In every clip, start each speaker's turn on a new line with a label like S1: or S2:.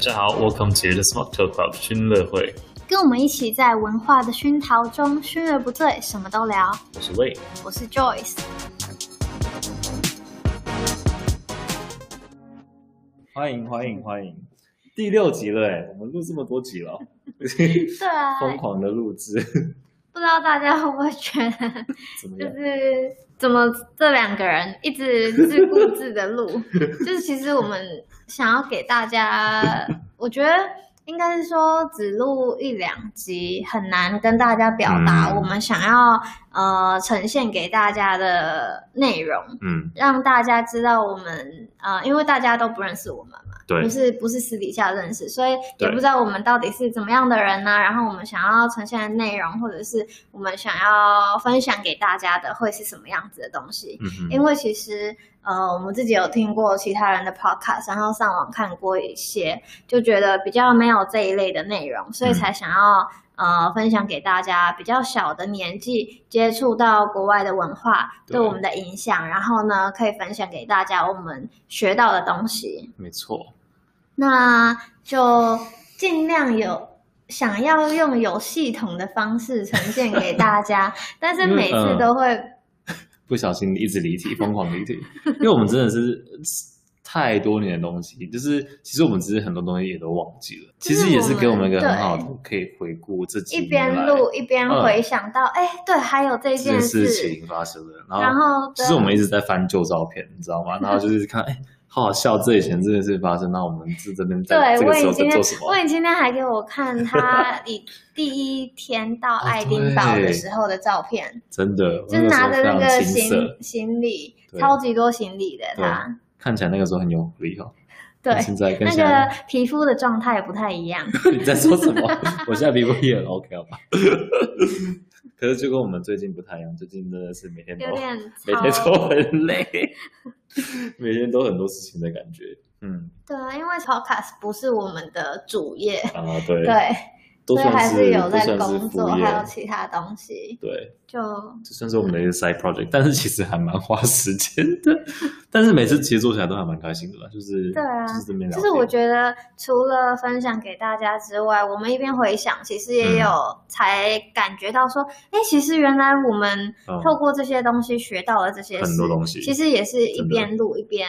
S1: 家好，Welcome to the Smart Talk Club 熏乐会，
S2: 跟我们一起在文化的熏陶中，熏而不醉，什么都聊。
S1: 我是魏。
S2: 我是 Joyce，
S3: 欢迎欢迎欢迎！第六集了哎，我们录这么多 集了，
S2: 对啊，
S3: 疯狂的录制，
S2: 不知道大家会不会觉得，
S3: 怎么
S2: 就
S3: 样？
S2: 是怎么这两个人一直自顾自的录，就是其实我们想要给大家，我觉得应该是说只录一两集很难跟大家表达
S1: 嗯
S2: 我们想要、呃呈现给大家的内容，
S1: 嗯，
S2: 让大家知道我们呃，因为大家都不认识我们。
S1: 对
S3: 嗯
S2: 不，是不是私底下认识，所以也
S1: 对
S2: 不知道我们到底是怎么样的人呢、然后我们想要呈现的内容，或者是我们想要分享给大家的，会是什么样子的东西？
S1: 嗯哼，
S2: 因为其实呃，我们自己有听过其他人的 podcast，然后上网看过一些，就觉得比较没有这一类的内容，
S1: 嗯
S2: 所以才想要、呃分享给大家比较小的年纪接触到国外的文化
S3: 对
S2: 对我们的影响，然后呢可以分享给大家我们学到的东西。
S1: 没错，
S2: 那就尽量有想要用有系统的方式呈现给大 家，但
S3: 嗯
S2: 是每次都会、
S3: 不小心一直离题，疯狂 离题，因为我们真的是太多年的东西，就是其实我们只是很多东西也都忘记了，其
S2: 就是
S3: 实也是给
S2: 我
S3: 我
S2: 们
S3: 们一个很好的
S2: 对
S3: 可以回顾这几
S2: 一
S3: 年
S2: 边
S3: 来
S2: 录一边
S3: 嗯
S2: 回想到，哎、对，还有这
S3: 这
S2: 件
S3: 件
S2: 事，
S3: 事情发生的，
S2: 然
S3: 然后
S2: 后
S3: 其
S2: 对啊
S3: 实我们一直在翻旧照片，你知道吗？然后就是 看哎。好好笑，这以前这件事发生，那我们是这边在
S2: 对，
S3: 这个
S2: 我
S3: 时
S2: 也
S3: 候在
S2: 今天
S3: 做什，么
S2: 我？也今天还给 我看他以第一天到爱丁堡的时候的照片，
S3: 真的，
S2: 就是拿着
S3: 哦
S2: 那
S3: 我时候非
S2: 个
S3: 常青涩
S2: 行行李，
S3: 对
S2: 超级多行李的
S3: 对
S2: 他，
S3: 看起来那个时候很有活力哦。
S2: 对
S3: 跟，现在跟
S2: 那
S3: 现在
S2: 个皮肤的状态不太一样。
S3: 你在说什么？我现在皮肤也很 OK 好吧？ 可是就跟我们最近不太一样，最近真的是每天都
S2: 有点
S3: 每天
S2: 吵
S3: 都很累， 每天都很多事情的感觉。嗯
S2: 对啊，因为 podcast 不是我们的主业，
S3: 啊，对，
S2: 对，
S3: 都
S2: 所以
S3: 算
S2: 还
S3: 是
S2: 是有
S3: 都
S2: 在
S3: 算是
S2: 工作，
S3: 副业
S2: 还有其他东西，
S3: 对，
S2: 就
S3: 这算是我们的一个 side project，但是其实还蛮花时间的。 但是每次其实做起来都还蛮开心的啦，就是
S2: 对啊
S3: 就是这边聊
S2: 就
S3: 天，
S2: 是我觉得除了分享给大家之外，我们一边回想，其实
S3: 嗯
S2: 也有才感觉到说，哎、其实原来我们
S3: 嗯
S2: 透过这些东西学到了这些事
S3: 很多东西
S2: 其实也是一
S3: 真的
S2: 边录一边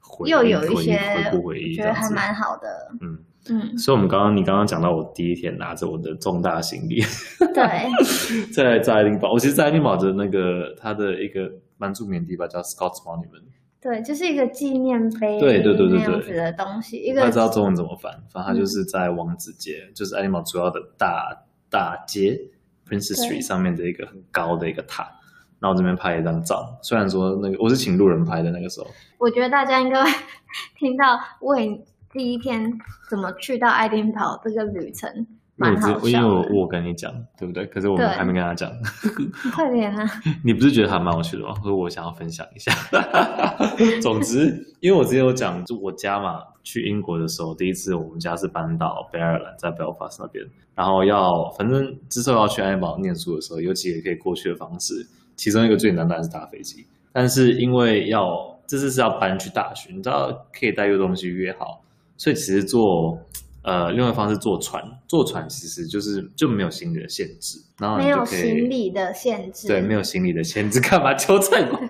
S3: 回
S2: 又有一
S3: 回忆
S2: 些
S3: 回顾回忆，
S2: 觉
S3: 这
S2: 得
S3: 样
S2: 还
S3: 子
S2: 蛮好的，
S3: 嗯。
S2: 嗯，
S3: 所以，我们刚刚你刚刚讲到，我第一天拿着我的重大行李
S2: 对，
S3: 在在爱丁堡，我其实在爱丁堡的那个它的一个蛮著名的地方叫 Scots Monument，
S2: 对，就是一个纪念碑，
S3: 对对对对对
S2: 那样子的东西，一
S3: 不太
S2: 个嗯
S3: 知道中文怎么翻，反正它就是在王子街，就是爱丁堡主要的大大街 Princess
S2: 对
S3: Street 上面的一个很高的一个塔。然后我这边拍了一张照，虽然说那个我是请路人拍的，那个时候
S2: 我觉得大家应该会 听到魏第一天怎么去到爱丁堡这个旅程，
S3: 因为
S2: 蛮
S3: 我知
S2: 好
S3: 因为
S2: 笑
S3: 我
S2: 的。
S3: 我跟你讲，对不对？可是我们
S2: 对
S3: 还没跟他讲，
S2: 快点啊！
S3: 你不是觉得还蛮有趣的吗？所以我想要分享一下。 总之，因为我之前有讲，就我家嘛，去英国的时候，第一次我们家是搬到北爱尔兰，在 Belfast 那边，然后要反正之后要去爱丁堡念书的时候，有几个可以过去的方式，其中一个最简单当然是搭飞机，但是因为要这次是要搬去大学，你知道可以带越多东西越好，所以其实坐。呃，另外一个方式坐船，坐船其实就是就没有行李的限制，然后你
S2: 没
S3: 哦就
S2: 有
S3: 可以
S2: 行李的限制，
S3: 对，没有行李的限制， 干嘛纠正我？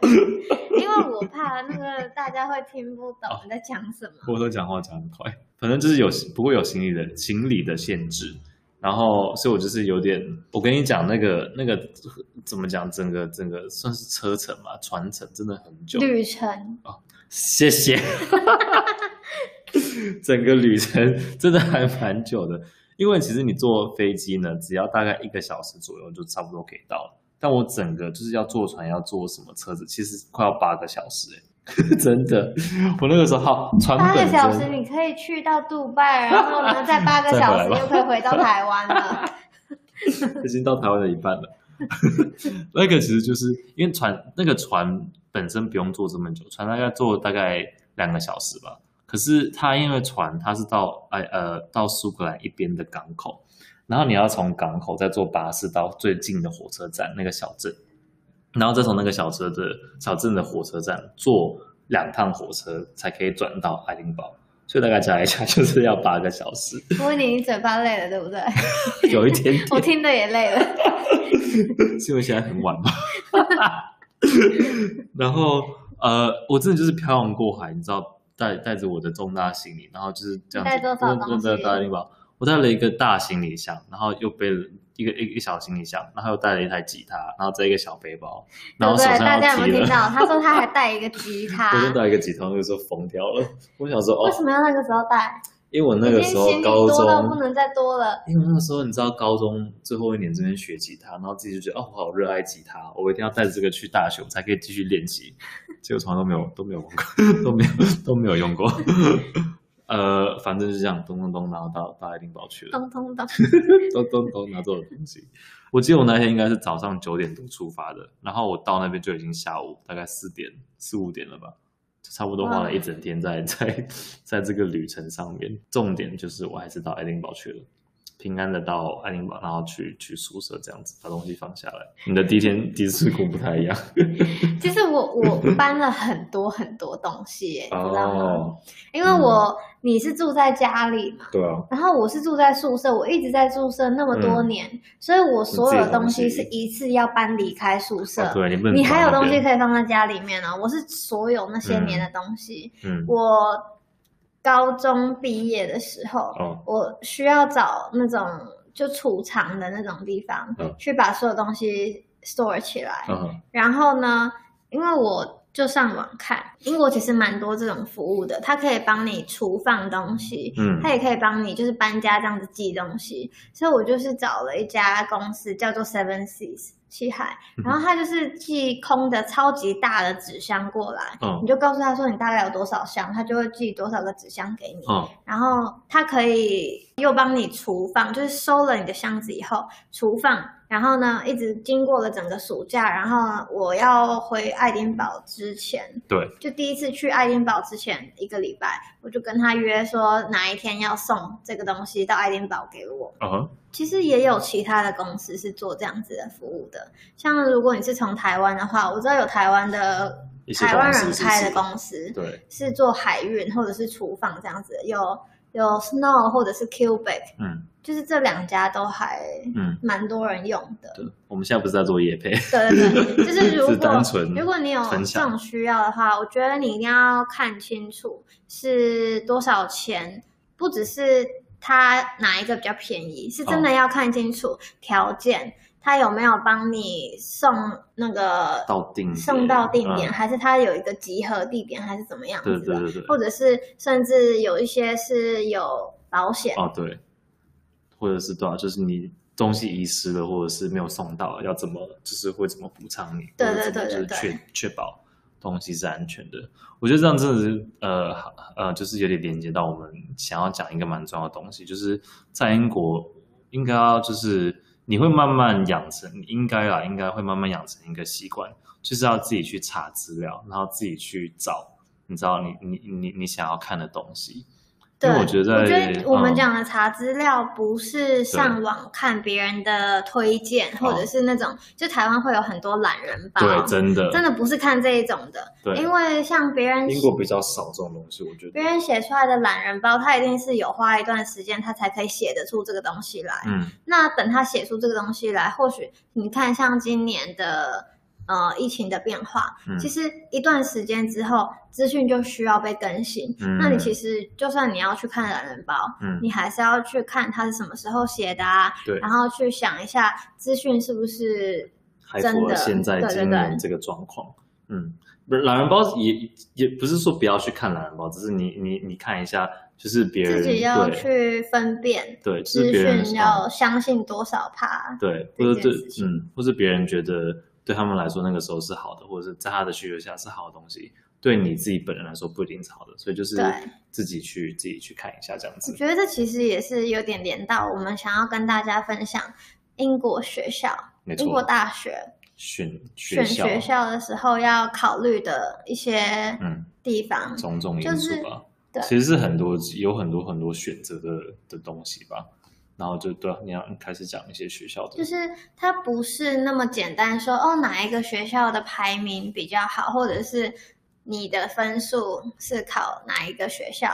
S2: 因为我怕那个大家会听不
S3: 哦
S2: 懂你在讲什么。
S3: 我都讲话讲很快，反正就是有不会有行李的行李的限制。然后，所以我就是有点，我跟你讲，那个那个怎么讲，整个整个算是车程嘛，传承真的很久。
S2: 旅程
S3: 谢谢。 整个旅程真的还蛮久的，因为其实你坐飞机呢，只要大概一个小时左右就差不多可以到了。但我整个就是要坐船，要坐什么车子，其实快要八个小时、欸、 真的。我那个时候好船
S2: 八个
S3: 本
S2: 小时，
S3: 真，
S2: 你可以去到杜拜，然后呢，再八个小时
S3: 再回来吧
S2: 又可以回到台湾了。
S3: 已经到台湾的一半了。 那个其实就是因为船，那个船本身不用坐这么久，船大概坐大概两个小时吧。可是它因为船它是到哎呃到苏格兰一边的港口，然后你要从港口再坐巴士到最近的火车站那个小镇，然后再从那个小车的小镇的火车站坐两趟火车才可以转到爱丁堡。所以大概加一下就是要八个小时，
S2: 不过你嘴巴累了，对不 对？
S3: 有一点点。
S2: 我听的也累了。
S3: 是因为现在很晚嘛。 然后呃，我真的就是漂洋过海，你知道，带带着我的重大行李，然后就是这样子，
S2: 带多少东西
S3: 对对带了一包，我带了一个大行李箱，然后又背了一个一个小行李箱，然后又带了一台吉他，然后再一个小背包， 然后手
S2: 对不对，
S3: 上
S2: 大家有
S3: 要
S2: 没
S3: 提
S2: 有听
S3: 了。
S2: 到？啊他说他还带一个吉他，
S3: 我就带一个吉他，那个时候疯掉了。我想说
S2: 为
S3: 哦，
S2: 什么要那个时候带？
S3: 因为我那
S2: 已
S3: 个
S2: 经
S3: 时
S2: 行
S3: 候
S2: 李
S3: 高
S2: 多到不
S3: 中，
S2: 能再多了。
S3: 因为那个时候你知道高中最后一年这边学吉他，然后自己就觉得哦，我好热爱吉他，我一定要带着这个去大学，我才可以继续练习。结果从来都没有都没有用过，都没有都没有用过。 呃，反正就是这样，咚咚咚，然后到到爱丁堡去了，
S2: 咚 咚咚，
S3: 咚咚咚拿着我的东西。我记得我那天应该是早上九点多出发的，然后我到那边就已经下午大概四点四五点了吧，就差不多花
S2: 哇
S3: 了一整天在 在在这个旅程上面。重点就是我还是到爱丁堡去了，平安的到爱丁堡，然后去去宿舍这样子把东西放下来。你的第一天第一次跟我不太一 样
S2: 其实我我搬了很多很多东西耶，你知道啊吗？
S3: 哦，
S2: 因为我你是住在家里嘛，
S3: 对啊，
S2: 然后我是住在宿舍，我一直在宿舍那么多
S3: 嗯
S2: 年，所以我所有的东西是一次要搬离开宿舍。
S3: 哦对，你不能
S2: 啊你还有
S3: 放
S2: 东
S3: 那
S2: 西
S3: 边
S2: 可以放在家里面呢、哦我是所有那些年的东西，
S3: 嗯
S2: 我高中毕业的时候，
S3: 哦
S2: 我需要找那种就储藏的那种地方，
S3: 嗯
S2: 去把所有东西 store 起来。
S3: 嗯
S2: 然后呢，因为我就上网看，英国其实蛮多这种服务的，它可以帮你储放东西，
S3: 嗯
S2: 它也可以帮你就是搬家这样子寄东西。所以我就是找了一家公司叫做 Seven Seas 西海，然后它就是寄空的超级大的纸箱过来。你
S3: 嗯
S2: 就告诉他说你大概有多少箱，他就会寄多少个纸箱给你。
S3: 嗯
S2: 然后它可以又帮你厨放，就是收了你的箱子以后厨放，然后呢，一直经过了整个暑假，然后我要回爱丁堡之前，
S3: 对，
S2: 就第一次去爱丁堡之前一个礼拜，我就跟他约说哪一天要送这个东西到爱丁堡给我。
S3: 嗯
S2: 其实也有其他的公司是做这样子的服务的，像如果你是从台湾的话，我知道有台湾的
S3: 一些
S2: 台湾
S3: 公司
S2: 人
S3: 是
S2: 开
S3: 是
S2: 的公司，
S3: 对，
S2: 是做海运或者是厨房这样子，有有 Snow 或者是 Cubic，
S3: 嗯
S2: 就是这两家都还
S3: 嗯，
S2: 蛮多人用的。
S3: 对，我们现在不是在做夜配，
S2: 对对对， 就是如
S3: 是单
S2: 果
S3: 纯
S2: 如果你有
S3: 分
S2: 这
S3: 享
S2: 种需要的话，我觉得你一定要看清楚是多少钱，不只是它哪一个比较便宜，是
S3: 哦
S2: 真的要看清楚条件，它有没有帮你送那个
S3: 到定
S2: 送到定点，
S3: 嗯
S2: 还是它有一个集合地点，还是怎么样子
S3: 对
S2: 的？
S3: 对对对，
S2: 或者是甚至有一些是有保险，
S3: 哦对，或者是对啊，就是你东西遗失了，或者是没有送到，要怎么就是会怎么补偿你，
S2: 对
S3: 或者
S2: 对
S3: 怎么
S2: 对对
S3: 就是
S2: 对
S3: 确确保东西是安全的。我觉得这样真的是呃好呃，就是有点连接到我们想要讲一个蛮重要的东西，就是在英国应该要就是你会慢慢养成，应该啦，应该会慢慢养成一个习惯，就是要自己去查资料，然后自己去找。你知道你你你你想要看的东西，
S2: 对，
S3: 因为我觉得
S2: 我
S3: 在
S2: 我们
S3: 嗯
S2: 讲的查资料不是上网看别人的推荐，或者是那种，就台湾会有很多懒人包，
S3: 哦对，真的，
S2: 真的不是看这一种的，
S3: 对，
S2: 因为像别人
S3: 英国比较少这种东西，我觉得
S2: 别。人写出来的懒人包，他一定是有花一段时间，他才可以写得出这个东西来。
S3: 嗯，
S2: 那等他写出这个东西来，或许你看像今年的呃疫情的变化，
S3: 嗯
S2: 其实一段时间之后，资讯就需要被更新。
S3: 嗯
S2: 那你其实就算你要去看懒人包，
S3: 嗯
S2: 你还是要去看它是什么时候写的啊，
S3: 对
S2: 然后去想一下资讯是不是
S3: 还
S2: 真
S3: 符合
S2: 的
S3: 现在
S2: 对对
S3: 今
S2: 对
S3: 年这个状况。嗯，不是懒人包也也不是说不要去看懒人包，只是你你你看一下，就是别人
S2: 自己要
S3: 对
S2: 去分辨
S3: 对，就
S2: 资
S3: 是别人
S2: 讯要相信多少趴。
S3: 对，
S2: 这
S3: 或者
S2: 件
S3: 对
S2: 事情
S3: 嗯，或是别人觉得对他们来说那个时候是好的，或者是在他的需求下是好的东西，对你自己本人来说不一定是好的，所以就是
S2: 对
S3: 自己去自己去看一下这样
S2: 我
S3: 子。
S2: 觉得这其实也是有点连到我们想要跟大家分享英国学校、
S3: 没
S2: 英国
S3: 错，
S2: 大学
S3: 选学
S2: 选
S3: 校，
S2: 学校的时候要考虑的一些
S3: 嗯，
S2: 地方。
S3: 种种
S2: 就
S3: 因素
S2: 是
S3: 吧。
S2: 对
S3: 其实是很多有很多很多选择的的东西吧。然后就对、啊，你要开始讲一些学校的，
S2: 就是它不是那么简单说哦，哪一个学校的排名比较好，或者是你的分数是考哪一个学校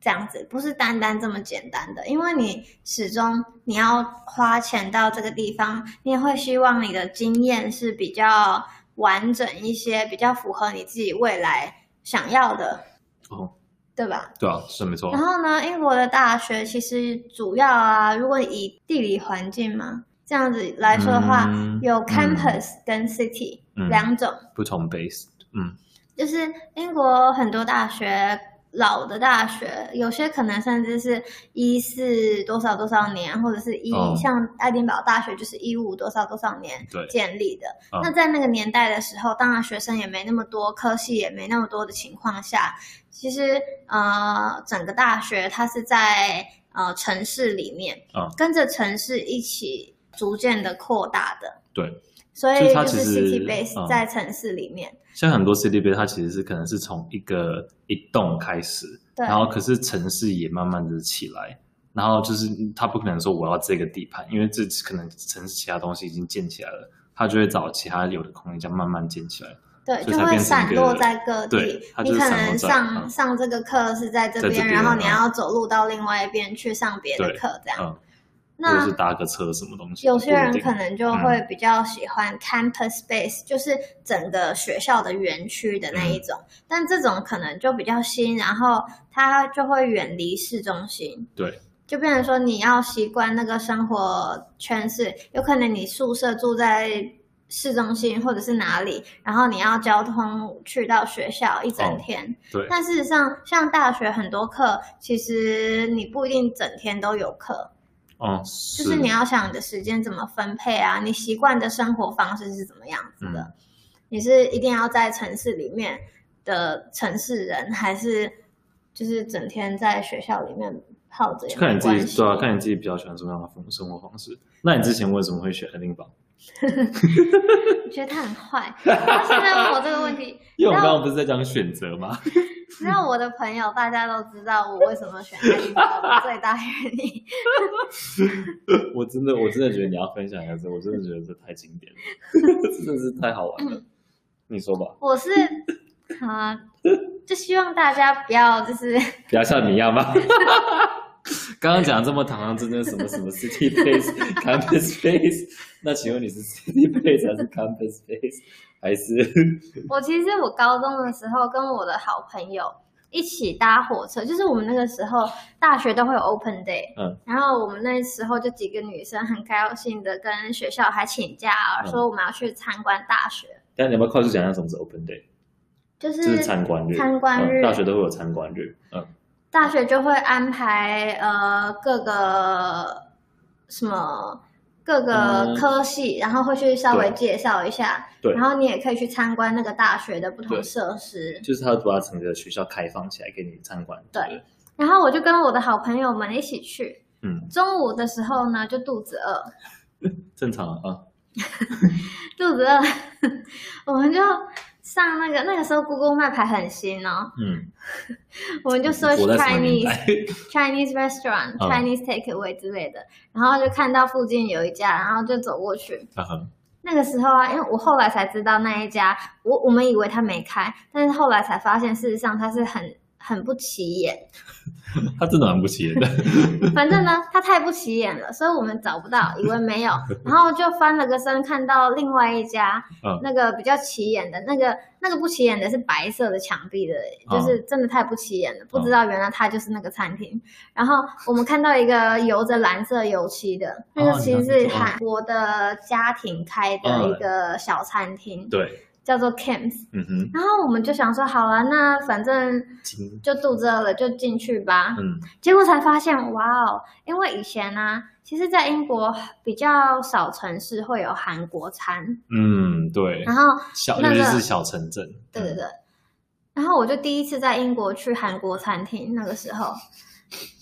S2: 这样子，不是单单这么简单的，因为你始终你要花钱到这个地方，你也会希望你的经验是比较完整一些，比较符合你自己未来想要的，
S3: 哦，
S2: 对吧？
S3: 对啊，是没错
S2: 然。后呢，英国的大学其实主要啊，如果以地理环境嘛这样子来说的话，
S3: 嗯
S2: 有
S3: 嗯
S2: campus 跟 city、
S3: 嗯
S2: 两种。
S3: 不同 base，嗯，
S2: 就是英国很多大学，老的大学，有些可能甚至是一四多少多少年，或者是一、
S3: 哦
S2: 像爱丁堡大学就是一五多少多少年
S3: 对
S2: 建立的。
S3: 哦
S2: 那在那个年代的时候，当然学生也没那么多，科系也没那么多的情况下，其实呃，整个大学它是在呃城市里面，
S3: 哦
S2: 跟着城市一起逐渐的扩大的，
S3: 对。
S2: 所
S3: 所
S2: 以
S3: 以它
S2: 就
S3: 其
S2: 是
S3: 实
S2: city base
S3: 哦
S2: 在城市里面。
S3: 像很多 city base，它其实是可能是从一个一栋开始，
S2: 对
S3: 然后可是城市也慢慢的起来，然后就是他不可能说我要这个地盘，因为这可能城市其他东西已经建起来了，他就会找其他有的空间这样慢慢建起来。
S2: 对，
S3: 所
S2: 就
S3: 以才
S2: 会
S3: 变成
S2: 散
S3: 一个
S2: 落在各地
S3: 对。它
S2: 你
S3: 就是
S2: 可
S3: 散
S2: 能
S3: 落在
S2: 上
S3: 嗯
S2: 上这个课是在这
S3: 在这
S2: 边，
S3: 边
S2: 然后你
S3: 嗯
S2: 要走路到另外一边去上别的
S3: 对
S2: 课，这样。
S3: 嗯，或者
S2: 那
S3: 是搭个车什么东西，
S2: 有些
S3: 不
S2: 人
S3: 一定嗯
S2: 可能就会比较喜欢 campus space，、就是整个学校的园区的那一
S3: 嗯
S2: 种，但这种可能就比较新，然后它就会远离市中心。
S3: 对。
S2: 就变成说你要习惯那个生活圈是，有可能你宿舍住在市中心或者是哪里，然后你要交通去到学校一整
S3: 哦
S2: 天，
S3: 对
S2: 但事实上，像大学很多课，其实你不一定整天都有课，
S3: 哦，
S2: 就是是你要想你的时间怎么分配啊，你习惯的生活方式是怎么样子
S3: 嗯
S2: 的？你是一定要在城市里面的城市人，还是就是整天在学校里面泡着也
S3: 看
S2: 没
S3: 你自
S2: 关
S3: 己，
S2: 系
S3: 对？啊，看你自己比较喜欢什么样的风生活方式。那你之前为什么会选爱丁堡？
S2: 我觉得他很坏。他现在问我这个问题，
S3: 因为我们
S2: 然
S3: 刚
S2: 后
S3: 刚不是在讲选择吗？
S2: 然后我的朋友大家都知道我为什么选爱丁堡的最大原因。
S3: 我真的，我真的觉得你要分享一下这，我真的觉得这太经典了， 真的是太好玩
S2: 嗯
S3: 了。你说吧，
S2: 我是啊、就希望大家不要就是
S3: 不要像你一样 吧。刚刚讲这么堂堂正正什么什么 city base、campus base，那请问你是 city base 还是 campus base，还是
S2: 我其实我高中的时候跟我的好朋友一起搭火车，就是我们那个时候大学都会有 open day，
S3: 嗯，
S2: 然后我们那时候就几个女生很高兴的跟学校还请假、啊，
S3: 嗯
S2: 说我们要去参观大学，
S3: 但你要不要快速讲一下什么是 open day？
S2: 就
S3: 就是是参观日，
S2: 嗯参观日
S3: 嗯大学都会有参观日，嗯，
S2: 大学就会安排呃各个什么各个
S3: 嗯
S2: 科系，然后会去稍微
S3: 对
S2: 介绍一下，
S3: 对
S2: 然后你也可以去参观那个大学的不同
S3: 对
S2: 设施。
S3: 就是他把整个学校开放起来给你参观，
S2: 对
S3: 不，
S2: 然后我就跟我的好朋友们一起去，
S3: 嗯，
S2: 中午的时候呢就肚子饿，
S3: 正常啊，嗯
S2: 肚子饿， 我们就上那个那个时候 Google Map 还很新哦，
S3: 嗯，
S2: 我们就
S3: 我 在
S2: search
S3: 什么
S2: Chinese
S3: 年代？
S2: Chinese restaurant、
S3: 嗯
S2: Chinese takeaway 之类的，然后就看到附近有一家，然后就走过去。
S3: 啊哈
S2: 那个时候啊，因为我后来才知道那一家，我我们以为它没开，但是后来才发现，事实上它是很很不起 眼。
S3: 他真的蛮不起眼的，
S2: 反正呢，它太不起眼了，所以我们找不到，以为 没有，然后就翻了个身，看到另外一家，
S3: 嗯
S2: 那个比较起眼的，那个那个不起眼的是白色的墙壁的，
S3: 嗯
S2: 就是真的太不起眼了，不知道原来它就是那个餐厅。然后我们看到一个油着蓝色油漆的，那个其实是
S3: 哦你看
S2: 韩国的家庭开的
S3: 嗯
S2: 一个小餐厅，
S3: 对，
S2: 叫做 Kim's。
S3: 嗯哼，
S2: 然后我们就想说，好啊，那反正
S3: 金，
S2: 就肚子饿了，就进去吧。
S3: 嗯，
S2: 结果才发现，哇哦！因为以前呢、其实，在英国比较少城市会有韩国餐，
S3: 嗯，对，
S2: 然后，
S3: 小
S2: 啊那
S3: 尤
S2: 个
S3: 其是小城镇，
S2: 对对
S3: 嗯
S2: 对，然后我就第一次在英国去韩国餐厅，那个时候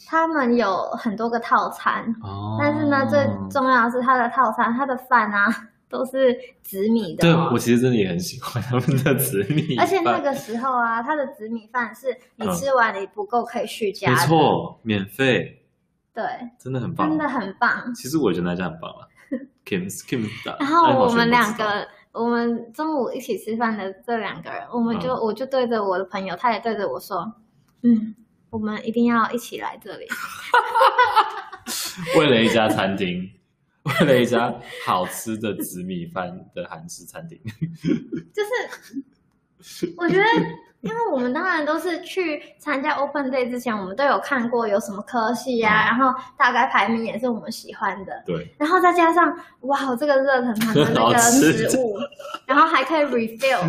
S2: 他们有很多个套餐，
S3: 哦，
S2: 但是呢，最重要的是它的套餐，它的饭啊都是紫米的
S3: 对
S2: 哦、
S3: 我其实真的也很喜欢他们的紫米饭，
S2: 而且那个时候啊，它的紫米饭是你
S3: 嗯
S2: 吃完你不够可以续加
S3: 没
S2: 的，
S3: 错，免费，
S2: 对，
S3: 真的很棒，嗯
S2: 真的很棒。
S3: 其实我觉得那家很棒 啊 Kim's Kim 的，
S2: 然后我们
S3: 哎爱好学
S2: 两
S3: 生
S2: 个，我们中午一起吃饭的这两个人，我们就、
S3: 嗯
S2: 我就对着我的朋友，他也对着我说，嗯，我们一定要一起来这里。
S3: 为了一家餐厅， 为了一家好吃的紫米饭的韩式餐 厅，
S2: 就是 我觉得，因为我们当然都是去参加 Open Day 之前，我们都有看过有什么科系呀、
S3: 嗯
S2: 然后大概排名也是我们喜欢的，
S3: 对，
S2: 然后再加上哇，这个热腾腾的那
S3: 好
S2: 个
S3: 吃
S2: 食物，然后还可以 refill，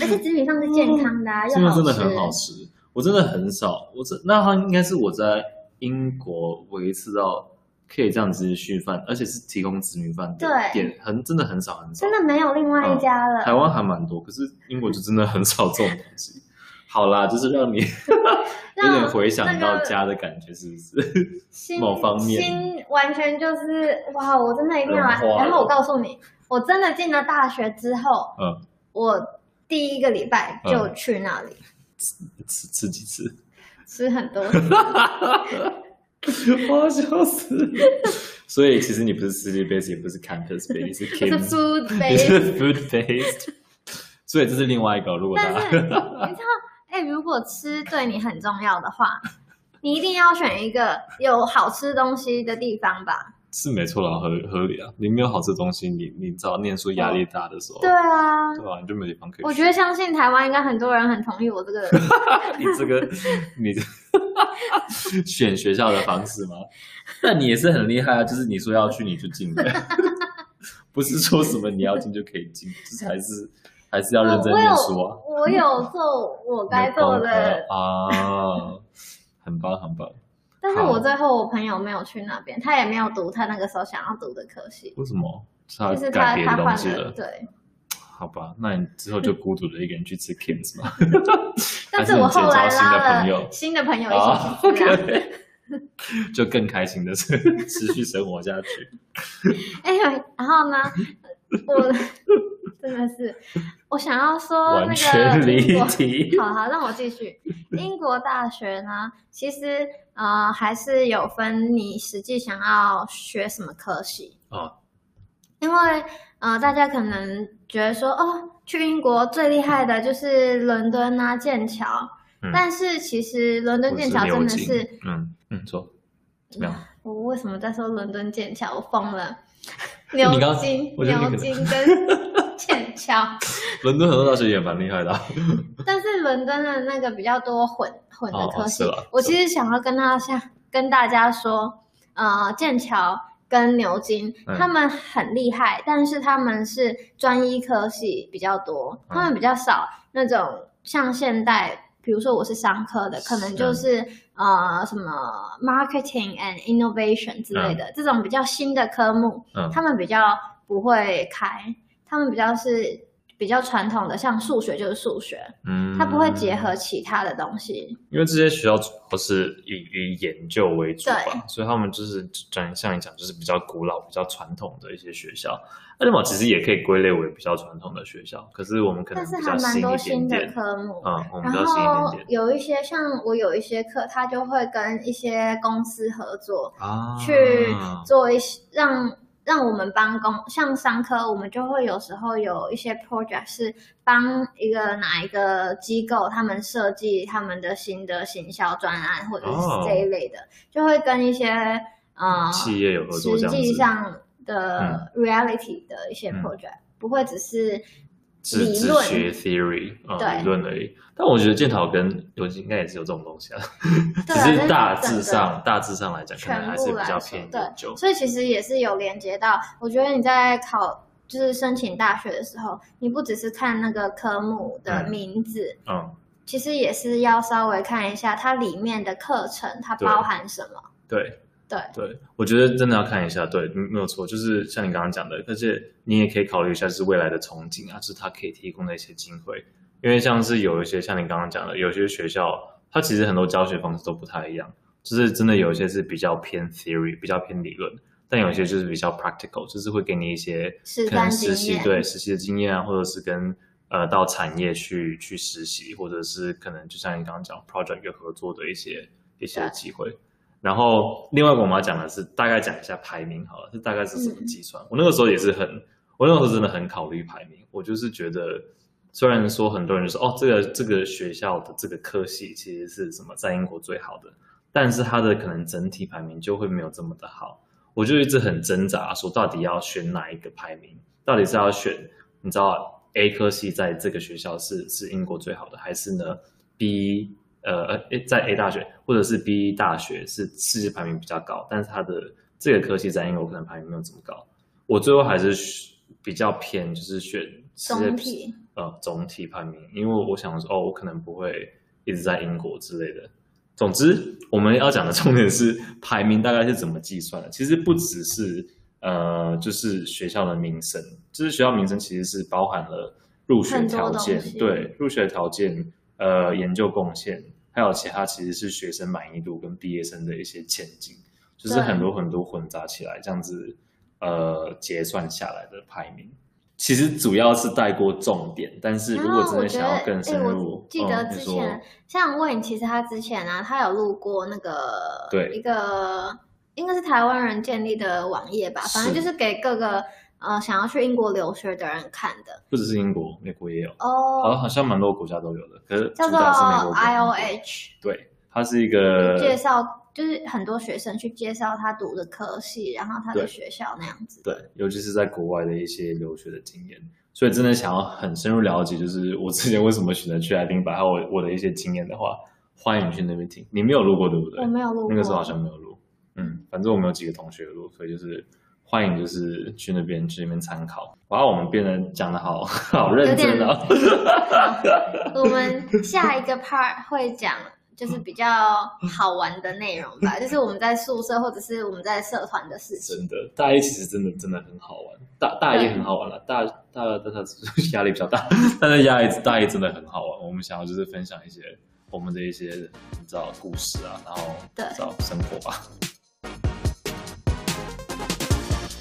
S2: 而且紫米饭是健康的、啊，
S3: 这个
S2: 又
S3: 哦真的
S2: 吃
S3: 很好吃。我真的很少，我这那它应该是我在英国维持到可以这样子续饭，而且是提供紫米饭的
S2: 对
S3: 店，很真的很少很少
S2: 真。的没有另外一家了。
S3: 台湾还蛮多，可是英国就真的很少这种东西。 好啦，就是让你有点回想到家的感觉，是不是？
S2: 心
S3: 某方面
S2: 心完全就是哇，我真的一定要来。
S3: 融化了
S2: 然后我告诉你，我真的进了大学之后，
S3: 嗯，
S2: 我第一个礼拜就
S3: 嗯
S2: 去那里、
S3: 吃吃几次？
S2: 吃很 多，
S3: 我要笑死了。所以其实你不是 city base，也不是 campus base，你是 k
S2: 我
S3: i
S2: 是
S3: n
S2: food
S3: 你
S2: base。
S3: 是 food based。所以这是另外一个，如果大
S2: 但
S3: 家
S2: 是你知道，哎、如果吃对你很重要的话，你一定要选一个有好吃东西的地方吧？
S3: 是没错啦，合合理啊。你没有好吃的东西，你你知道念书压力大的时候，
S2: 对啊，
S3: 对吧？你就没地方可以去。
S2: 我觉得相信台湾应该很多人很同意我 这个
S3: 你这个， 你这 选学校的方式吗？那你也是很厉害啊，就是你说要去你就进 的，不是说什么你要进就可以 进，就是还是还是要认真
S2: 我我有
S3: 念书啊。
S2: 我有做我该做 的，
S3: 啊，很棒很棒。
S2: 但是
S3: 好
S2: 我最后我朋友没有去那边，他也没有读他那个时候想要读的科系，
S3: 为什么？是他
S2: 就是
S3: 啊改
S2: 他
S3: 别
S2: 他
S3: 的东
S2: 换
S3: 西
S2: 了
S3: 了？
S2: 对。
S3: 好吧， 那你之后就孤独的一个人去吃 Kim's 吗？
S2: 但
S3: 还是
S2: 我
S3: 你结
S2: 后来
S3: 交新的
S2: 拉
S3: 朋友
S2: 了新的朋友一
S3: 啊
S2: 起去吃啊，
S3: ，OK，就更开心的是持续生活下去。
S2: 哎呦，然后呢，我真的是我想要说
S3: 完
S2: 那
S3: 全
S2: 个英
S3: 离
S2: 国，
S3: 题。
S2: 好好让我继续。英国大学呢，其实呃还是有分你实际想要学什么科系，
S3: 哦，
S2: 因为呃，大家可能觉得说，哦，去英国最厉害的就是伦敦啊、剑桥，
S3: 嗯
S2: 但是其实伦敦
S3: 或者
S2: 剑
S3: 是
S2: 桥真
S3: 牛
S2: 的
S3: 津
S2: 是，
S3: 嗯嗯，说怎么样？
S2: 我为什么在说伦敦剑桥？我 疯了，
S3: 你
S2: 牛
S3: 刚
S2: 津、
S3: 我觉得你可
S2: 牛
S3: 能
S2: 津跟剑桥，
S3: 伦敦很多大学也蛮厉害的啊、
S2: 但是伦敦的那个比较多混混的
S3: 哦
S2: 科系。
S3: 是啦
S2: 我其实想要跟大家跟大家说，呃，剑桥跟牛津、
S3: 嗯
S2: 他们很厉害，但是他们是专一科系比较多，
S3: 嗯
S2: 他们比较少那种像现代。比如说我是商科的，可能就是、呃什么 marketing and innovation 之类的、这种比较新的科目，
S3: 嗯
S2: 他们比较不会开，他们比较是比较传统的，像数学就是数学，
S3: 嗯，
S2: 它不会结合，其他的东西。
S3: 因为这些学校主要是以以研究为主吧，
S2: 对
S3: 所以他们就是转像你讲，就是比较古老、比较传统的一些学校。爱丁堡其实也可以归类为比较传统的学校，可是我们可能
S2: 但是
S3: 比
S2: 还
S3: 较
S2: 蛮多
S3: 新一点
S2: 新的
S3: 点。
S2: 科目，
S3: 嗯，我们
S2: 然
S3: 比较新一
S2: 后
S3: 点点
S2: 有一些像我有一些课，它就会跟一些公司合作，
S3: 啊
S2: 去做一些让让我们帮公像商科，我们就会有时候有一些 project 是帮一个哪一个机构他们设计他们的新的行销专案或者是
S3: 哦
S2: 这一类的，就会跟一些呃
S3: 企业有合作这样
S2: 实
S3: 子，
S2: 际上的 reality 的一些
S3: 嗯
S2: project，、不会只是
S3: 只
S2: 理
S3: 只
S2: 论
S3: 学 theory 啊、
S2: 对
S3: 理论而已。但我觉得剑桥跟牛津应该也是有这种东西啊， 只
S2: 对啊
S3: 是大
S2: 但是整
S3: 致
S2: 个
S3: 上大致上来讲，可能
S2: 全
S3: 还
S2: 部
S3: 是比
S2: 来
S3: 较
S2: 说，
S3: 偏研究
S2: 对，。所以其实也是有连接到。我觉得你在考就是申请大学的时候，你不只是看那个科目的
S3: 嗯
S2: 名字，
S3: 嗯，
S2: 其实也是要稍微看一下它里面的课程它
S3: 对
S2: 包含什么。
S3: 对
S2: 对
S3: 对，我觉得真的要看一下，对，没有错，就是像你刚刚讲的，而且你也可以考虑一下是未来的憧憬啊，就是它可以提供的一些机会，因为像是有一些像你刚刚讲的，有些学校它其实很多教学方式都不太一样，就是真的有一些是比较偏 theory，比较偏理论。但有一些就是比较 practical，就是会给你一些
S2: 实
S3: 可能
S2: 战
S3: 实
S2: 经
S3: 习
S2: 验
S3: 对实习的经验啊，或者是跟呃到产业去去实习，或者是可能就像你刚刚讲 project 有合作的一些一些
S2: 对
S3: 机会。然后另外一个我们要讲的是，大概讲一下排名好了，这大概是什么计算？我那个时候也是很，我那个时候真的很考虑排名，我就是觉得虽然说很多人就说哦，这个这个学校的这个科系其实是什么在英国最好的，但是它的可能整体排名就会没有这么的好。我就一直很挣扎，说到底要选哪一个排名？到底是要选你知道 A 科系在这个学校是是英国最好的，还是呢 B 呃诶在 A 大学或者是 B 大学是世界排名比较高，但是它的这个科系在英国可能排名没有这么高。我最后还是选比较偏就是选世界
S2: 总体
S3: 呃总体排名，因为我想说，哦，我可能不会一直在英国之类的。总之，我们要讲的重点是排名大概是怎么计算的。其实不只是呃，就是学校的名声，就是学校名声其实是包含了入学
S2: 很多
S3: 条件
S2: 东，西
S3: 对入学条件、呃研究贡献，还有其他其实是学生满意度跟毕业生的一些前景，就是
S2: 对
S3: 很多很多混杂起来这样子呃结算下来的排名。其实主要是带过重点，但是如果真的想要更深
S2: 啊然后我觉得哎
S3: 入
S2: 我，记得
S3: 嗯、你
S2: 之
S3: 说
S2: 前、像问，其实他之前啊，他有录过那个
S3: 对
S2: 一个应该是台湾人建立的网页吧，反正
S3: 是
S2: 就是给各个呃想要去英国留学的人看的
S3: 不只是英国，美国也有，好
S2: 哦，
S3: 好像蛮多国家都有的，可呃是
S2: 叫
S3: 主
S2: 做
S3: 打是美国跟英国
S2: IOH，
S3: 对，它是一个
S2: 介绍就是很多学生去介绍他读的科系，然后他的
S3: 对
S2: 学校那样子。
S3: 对，尤其是在国外的一些留学的经验，所以真的想要很深入了解，就是我之前为什么选择去爱丁堡，还有我我的一些经验的话，欢迎去那边听。你没有录过对不对
S2: 我？没有录过，
S3: 那个时候好像没有录，嗯，反正我们有几个同学有录，所以就是欢迎就是去那边去那边参考。哇，我们变得讲的好好认真 啊！
S2: 我们下一个 part 会讲，就是比较好玩的内容吧，就是我们在宿舍或者是我们在社团的事情。
S3: 真的，大一其实真的真的很好玩，大大一很好玩了，大大二大三压力比较大， 但是压力大一真的很好玩。我们想要就是分享一些我们的一些你知道故事啊，然后
S2: 对
S3: 你知道生活吧。